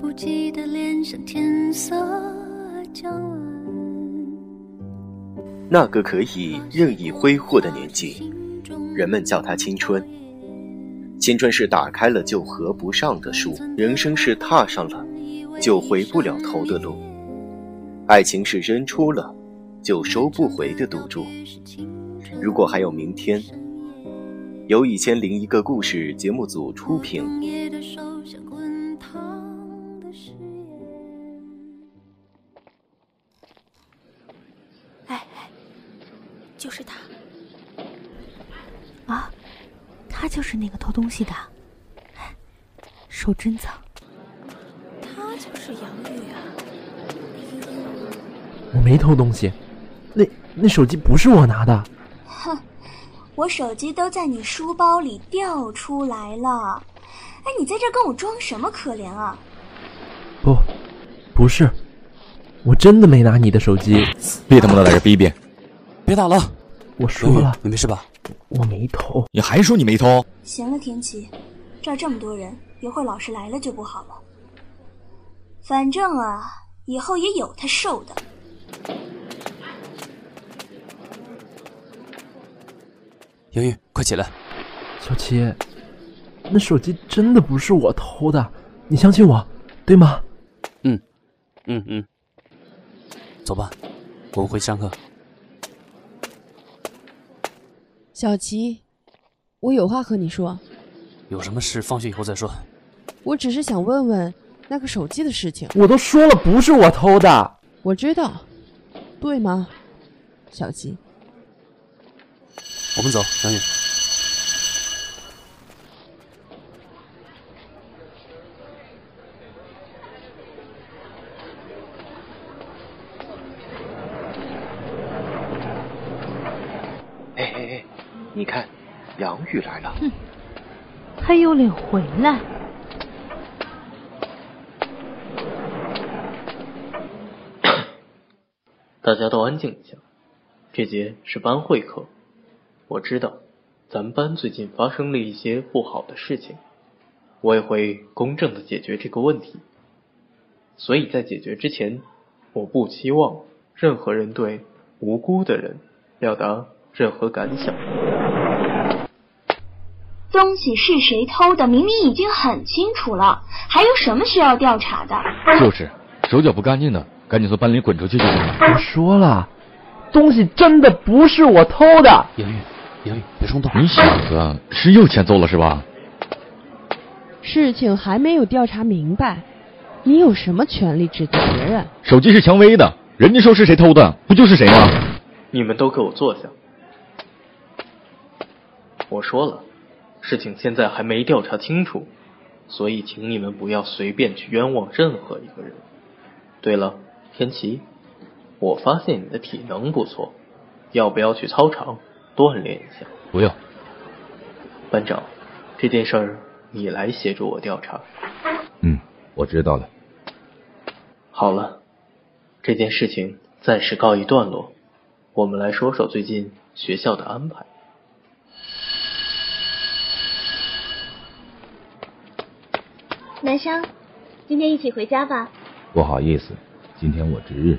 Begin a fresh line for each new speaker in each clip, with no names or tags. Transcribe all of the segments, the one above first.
孤寂的脸上，天色将晚。
那个可以任意挥霍的年纪，人们叫它青春。青春是打开了就合不上的书，人生是踏上了就回不了头的路，爱情是扔出了就收不回的赌注。如果还有明天，由一千零一个故事节目组出品。
长夜的手像滚烫的誓言。
哎哎，就是他，
啊，他就是那个偷东西的，手真脏。
他就是杨玉啊！
我没偷东西，那那手机不是我拿的。
我手机都在你书包里掉出来了。哎，你在这跟我装什么可怜啊？
不，不是，我真的没拿你的手机。
别他妈的在这逼逼！别打了，
我说了，
你没事吧？
我没偷。
你还说你没偷？
行了，天琪，这儿这么多人，一会儿老师来了就不好了。反正啊，以后也有他受的。
杨玉，快起来！
小七，那手机真的不是我偷的，你相信我，对吗？
嗯嗯，走吧，我们回去上课。
小琪，我有话和你说，
有什么事放学以后再说。
我只是想问问那个手机的事情。
我都说了不是我偷的。
我知道，对吗？小琪，
我们走，杨玉。
哎哎哎，你看，杨玉来了。
他有脸回来？
大家都安静一下，这节是班会课。我知道，咱们班最近发生了一些不好的事情，我也会公正的解决这个问题。所以在解决之前，我不期望任何人对无辜的人表达任何感想。
东西是谁偷的，明明已经很清楚了，还有什么需要调查的？
就是，手脚不干净的，赶紧从班里滚出去就行了。
我说了，东西真的不是我偷的。
杨玉，杨玉，别冲动！
你小子是又欠揍了是吧？
事情还没有调查明白，你有什么权利指责别人？
手机是蔷薇的，人家说是谁偷的，不就是谁吗？
你们都给我坐下！我说了，事情现在还没调查清楚，所以请你们不要随便去冤枉任何一个人。对了，天琪，我发现你的体能不错，要不要去操场锻炼一下？
不用，
班长，这件事儿你来协助我调查。
嗯，我知道了。
好了，这件事情暂时告一段落。我们来说说最近学校的安排。
南商，今天一起回家吧。
不好意思，今天我值日。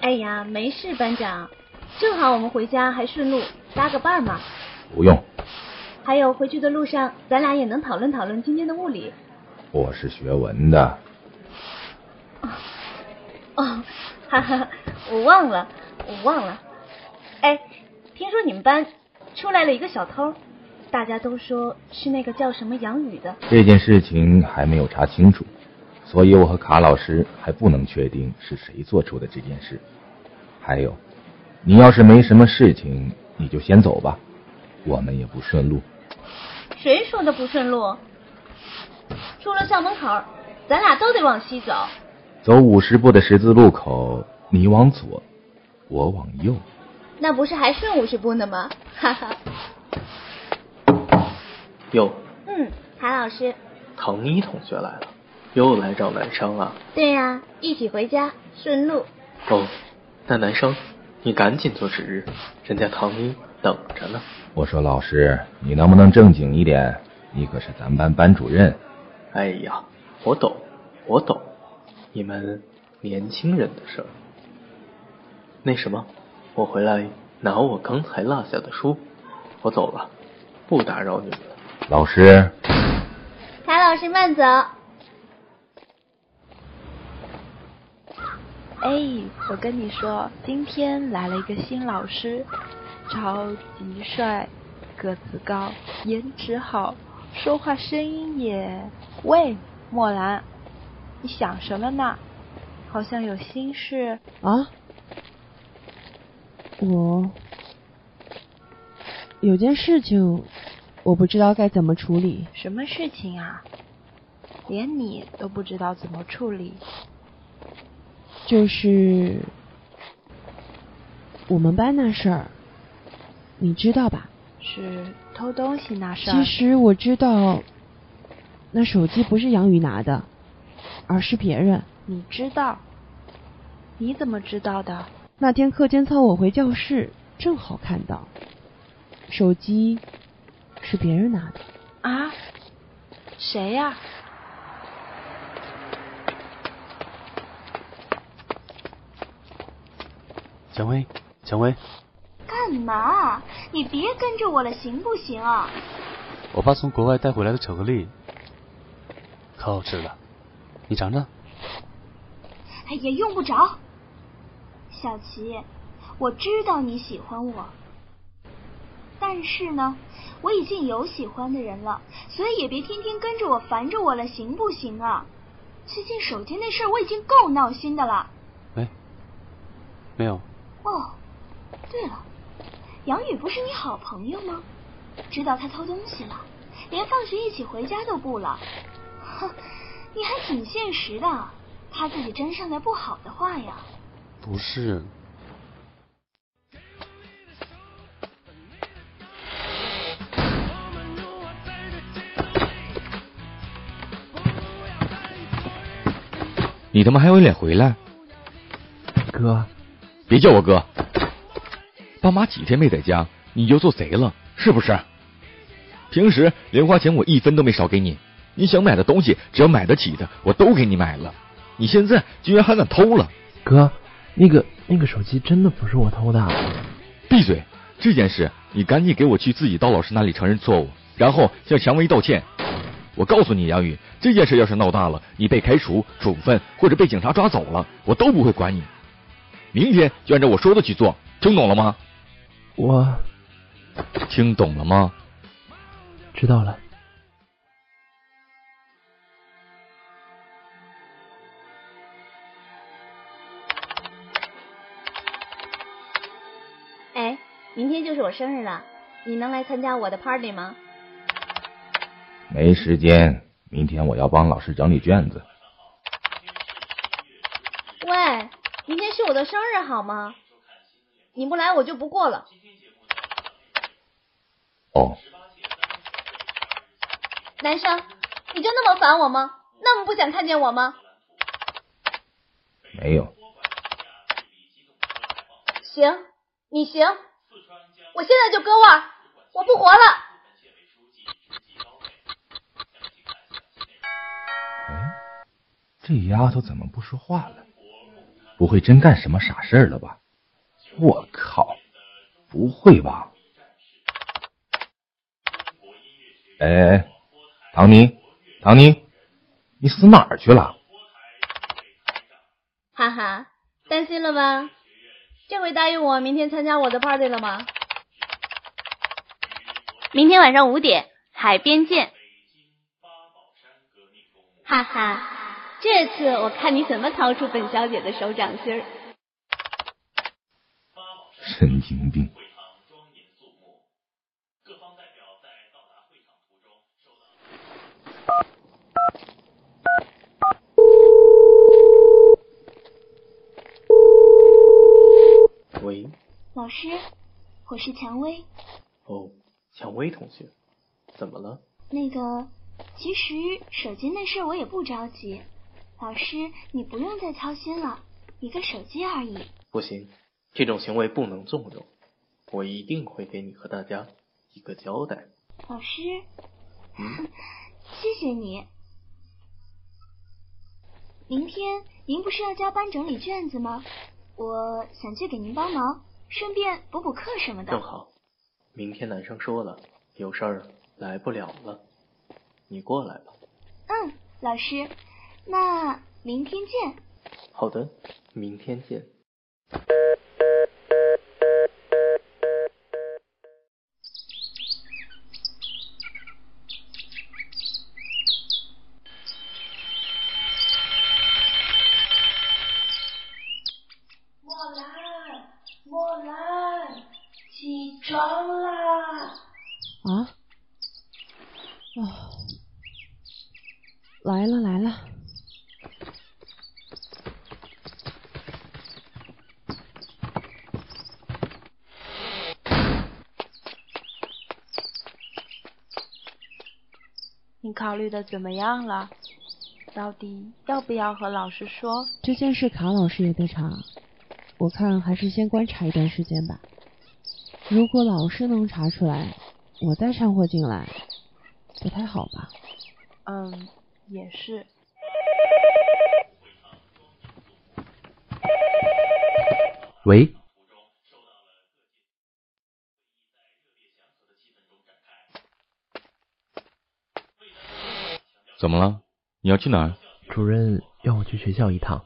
哎呀，没事，班长，正好我们回家还顺路搭个伴儿嘛。
不用，
还有回去的路上，咱俩也能讨论讨论今天的物理。
我是学文的。
哦，哈哈，我忘了，我忘了。哎，听说你们班出来了一个小偷，大家都说是那个叫什么杨宇的。
这件事情还没有查清楚，所以我和卡老师还不能确定是谁做出的这件事。还有，你要是没什么事情，你就先走吧，我们也不顺路。
谁说的不顺路？出了校门口，咱俩都得往西走。
走五十步的十字路口，你往左，我往右。
那不是还顺五十步呢吗？哈哈。
哟，
嗯，谭老师，
唐妮同学来了，又来找南商啊？
对呀、一起回家顺路。
哦，那南商，你赶紧做值日，人家唐妮等着呢。
我说老师，你能不能正经一点？你可是咱们班班主任。
哎呀，我懂，我懂，你们年轻人的事儿。那什么，我回来拿我刚才落下的书，我走了，不打扰你们。
老师，
卡老师慢走。
哎，我跟你说，今天来了一个新老师，超级帅，个子高，颜值好，说话声音也……喂，莫兰，你想什么呢？好像有心事
啊？我有件事情，我不知道该怎么处理。
什么事情啊？连你都不知道怎么处理。
就是我们班那事儿，你知道吧？
是偷东西那事儿。
其实我知道，那手机不是杨宇拿的，而是别人。
你知道？你怎么知道的？
那天课间操我回教室，正好看到，手机是别人拿的。
啊？谁呀、啊？
蔷薇，蔷薇，
干嘛？你别跟着我了，行不行啊？
我爸从国外带回来的巧克力，可好吃了，你尝尝。
哎呀，用不着。小琪，我知道你喜欢我，但是呢，我已经有喜欢的人了，所以也别天天跟着我烦着我了，行不行啊？最近手机那事儿我已经够闹心的了。
没，没有。
哦，对了，杨宇不是你好朋友吗？知道他偷东西了，连放学一起回家都不了。哼，你还挺现实的，怕自己沾上点不好的话呀。
不是。
你他妈还有脸回来，
哥。
别叫我哥，爸妈几天没在家，你就做贼了是不是？平时零花钱我一分都没少给你，你想买的东西只要买得起的，我都给你买了。你现在居然还敢偷了！
哥，那个那个手机真的不是我偷的。
闭嘴！这件事你赶紧给我去自己到老师那里承认错误，然后向蔷薇道歉。我告诉你，杨宇，这件事要是闹大了，你被开除、处分或者被警察抓走了，我都不会管你。明天就按照我说的去做，听懂了吗？
我
听懂了吗？
知道了。
哎，明天就是我生日了，你能来参加我的 party 吗？
没时间，明天我要帮老师整理卷子。
喂。明天是我的生日，好吗？你不来我就不过了。
哦。
男生，你就那么烦我吗？那么不想看见我吗？
没有。
行，你行，我现在就割腕，我不活了。
哎，这丫头怎么不说话了？不会真干什么傻事儿了吧？我靠，不会吧？哎哎，唐尼，唐尼，你死哪儿去了？
哈哈，担心了吧？这回答应我明天参加我的 party 了吗？明天晚上五点，海边见。哈哈。这次我看你怎么掏出本小姐的手掌心儿！
神经病！
喂，
老师，我是蔷薇。
哦，蔷薇同学，怎么了？
那个，其实手机那事我也不着急。老师，你不用再操心了，一个手机而已。
不行，这种行为不能纵容，我一定会给你和大家一个交代。
老师， 嗯、谢谢你。明天您不是要加班整理卷子吗？我想去给您帮忙，顺便补补课什么的。
正好，明天男生说了有事儿来不了了，你过来吧。
嗯，老师，那明天见。
好的，明天见。
莫兰，莫兰，起床啦！
啊？哦，来了来了。
你考虑的怎么样了？到底要不要和老师说？
这件事卡老师也在查，我看还是先观察一段时间吧。如果老师能查出来，我再掺和进来，不太好吧？
嗯，也是。
喂，怎么了？你要去哪儿？
主任要我去学校一趟。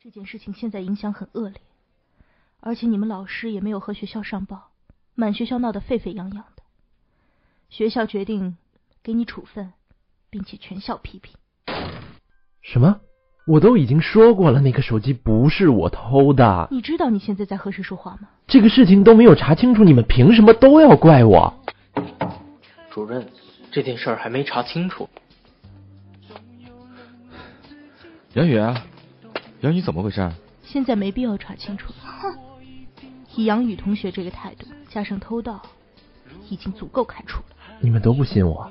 这件事情现在影响很恶劣，而且你们老师也没有和学校上报，满学校闹得沸沸扬扬的。学校决定给你处分，并且全校批评。
什么？我都已经说过了，那个手机不是我偷的。
你知道你现在在和谁说话吗？
这个事情都没有查清楚，你们凭什么都要怪我？
主任，这件事儿还没查清楚。
杨宇啊，杨宇怎么回事？啊
现在没必要查清楚了。哼，以杨宇同学这个态度，加上偷盗，已经足够开除了。
你们都不信我？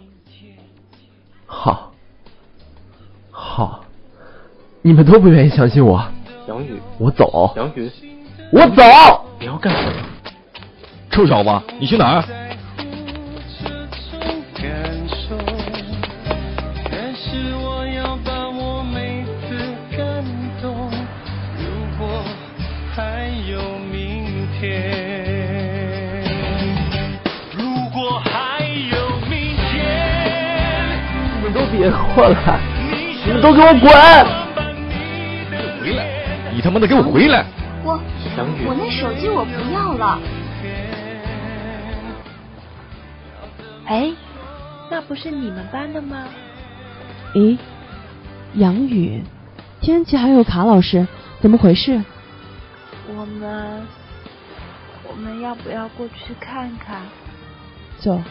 好，好，你们都不愿意相信我。
杨宇，
我走。
杨宇，
我走。
你要干什么？
臭小子，你去哪儿？
别过来！你们都给我滚！
回来！你他妈的给我回来！
我我那手机我不要了。
哎，那不是你们班的吗？
咦，杨宇，天琪还有卡老师，怎么回事？
我们我们要不要过去看看？
走。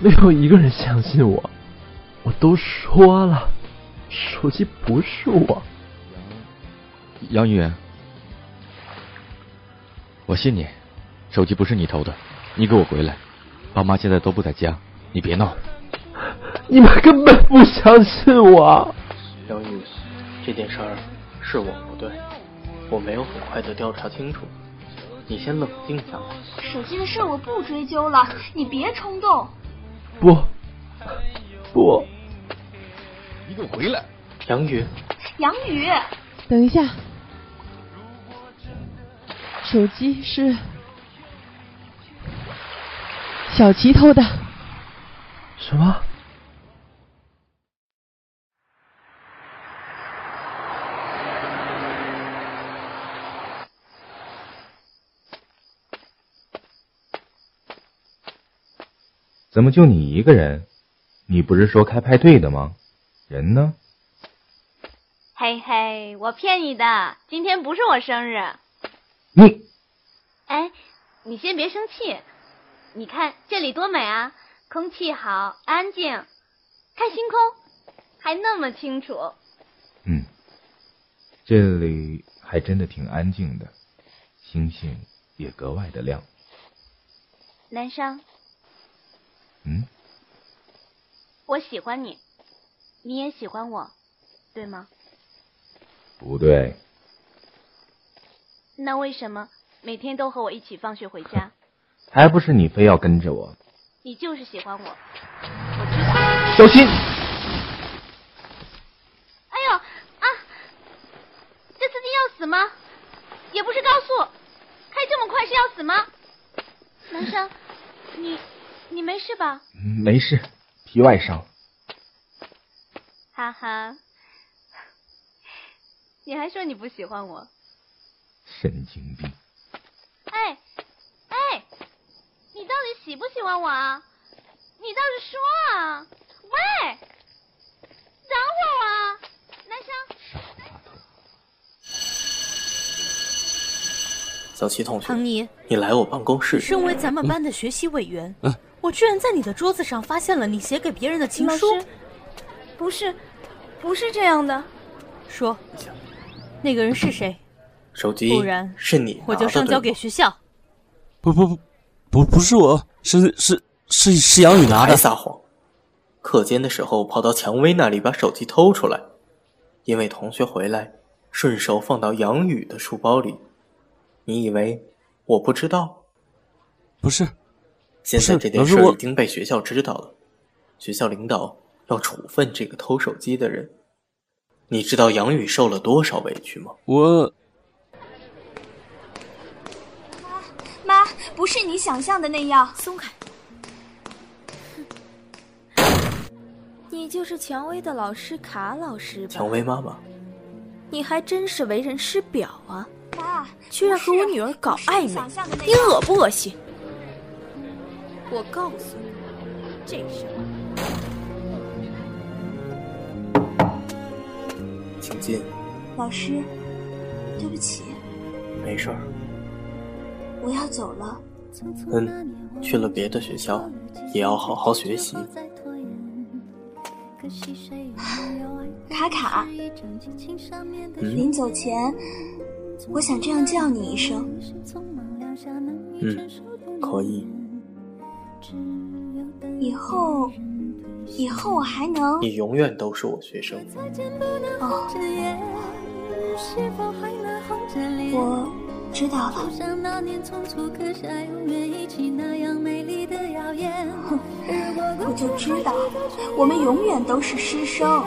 没有一个人相信我，我都说了，手机不是我。
杨宇，我信你，手机不是你偷的，你给我回来！爸妈现在都不在家，你别闹。
你们根本不相信我。
杨宇，这件事儿是我不对，我没有很快的调查清楚，你先冷静下来。
手机的事我不追究了，你别冲动。
不，不！
你给我回来，
杨宇！
杨宇，
等一下，手机是小齐偷的。
什么？
怎么就你一个人？你不是说开派对的吗？人呢？
嘿嘿，我骗你的，今天不是我生日。
你，
哎，你先别生气。你看这里多美啊，空气好，安静，看星空，还那么清楚。
嗯，这里还真的挺安静的，星星也格外的亮。
南商。
嗯，
我喜欢你，你也喜欢我，对吗？
不对，
那为什么每天都和我一起放学回家？
还不是你非要跟着我？
你就是喜欢我，哎我知道。
小心！
哎呦啊！这司机要死吗？也不是高速，开这么快是要死吗？南山，你你没事吧？
嗯没事，皮外伤。
哈哈，你还说你不喜欢我？
神经病！
哎哎，你到底喜不喜欢我啊？你倒是说啊！喂，等会儿啊，南湘。
小齐同学，
唐尼，
你来我办公室。
身为咱们班的学习委员，
嗯、
我居然在你的桌子上发现了你写给别人的情书。
不是，不是这样的。
说，那个人是谁？
手机
不然
是你，
我就上交给学校。
不不不，不不是我，是是是是杨宇拿的。
还撒谎！课间的时候跑到蔷薇那里把手机偷出来，因为同学回来，顺手放到杨宇的书包里。你以为我不知道？
不是，
现在这件
是
事
我
已经被学校知道了，学校领导要处分这个偷手机的人。你知道杨宇受了多少委屈吗？
我
妈，不是你想象的那样。
松开！ 你就是蔷薇的老师卡老师吧？
蔷薇妈妈，
你还真是为人师表啊！
妈，
居然和我女儿搞暧昧，你恶不恶心？我告诉你，这事
请进。
老师，对不起，
没事儿。
我要走了。
嗯，去了别的学校，也要好好学习。
卡卡，临走前，我想这样叫你一声。
嗯，可以。
以后，以后我还能
你永远都是我学生。
哦，我知道了。我就知道，我们永远都是师生。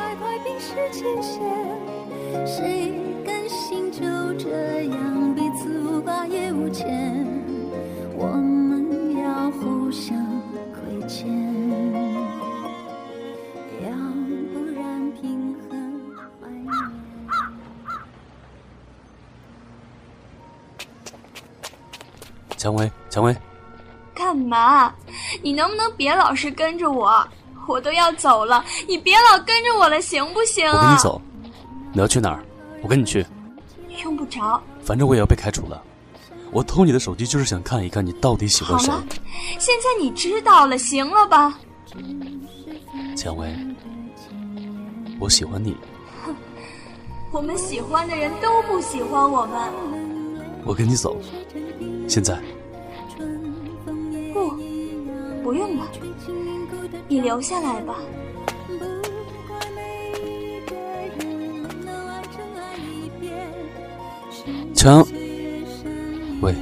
谁甘心就这样彼此无挂也无牵？我们要互相亏欠，要不然平衡怀念。
蔷薇，蔷薇，
干嘛？你能不能别老是跟着我？我都要走了，你别老跟着我了，行不行
我跟
啊
你？走。你要去哪儿？我跟你去。
用不着。
反正我也要被开除了。我偷你的手机就是想看一看你到底喜
好
欢谁。
了，现在你知道了，行了吧？
蔷薇，我喜欢你。
我们喜欢的人都不喜欢我们。
我跟你走。现在
不，不用了，你留下来吧。
蔷，喂，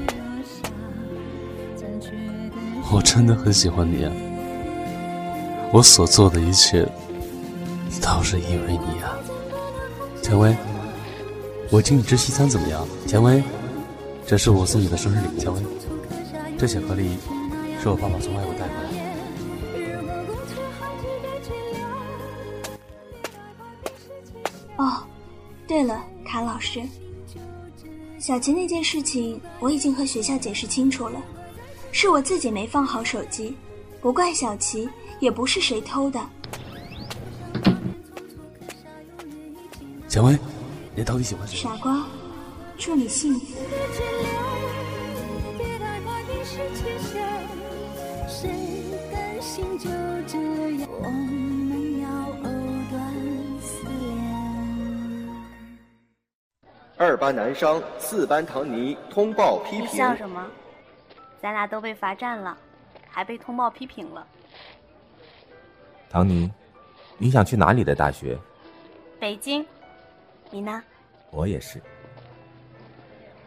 我真的很喜欢你啊！我所做的一切都是因为你啊，蔷薇。我请你吃西餐怎么样？蔷薇，这是我送你的生日礼物，蔷薇。这巧克力是我爸爸从外国带回来的。
哦，对了，卡老师，小琴那件事情我已经和学校解释清楚了，是我自己没放好手机，不怪小琪，也不是谁偷的。
蔷薇，你到底喜欢谁？
傻瓜，祝你幸福。
谁甘心就这样？我们要藕断丝连。
二班男商，四班唐尼通报批
你
评。
笑什么？咱俩都被罚站了，还被通报批评了。
唐尼，你想去哪里的大学？
北京，你呢？
我也是。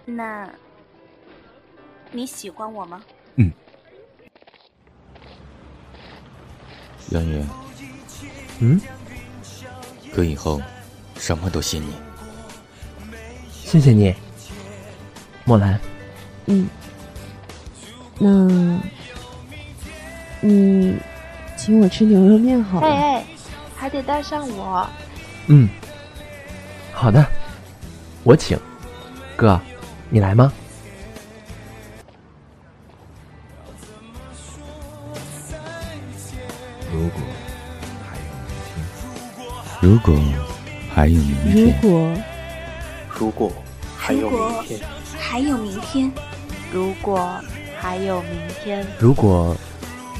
那你喜欢我吗？
圆圆，
嗯，
哥以后什么都信你。
谢谢你，莫兰。
嗯，那你请我吃牛肉面好
哎
了。
哎，还得带上我。
嗯，好的，我请。哥，你来吗？
如果
如果还有明
如
天，
果
如果还有明天，
还有明天，
如果还有明天，
如果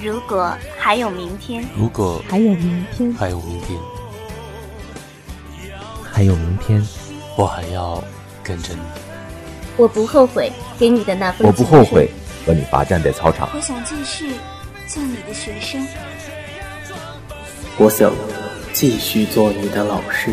如果还有明天，
如果
还有明天，
还有明天，
还有明天，
我还要跟着你。
我不后悔给你的那份
我不后悔和你罚站在操场。
我想继续做你的学生。
我想继续做你的老师。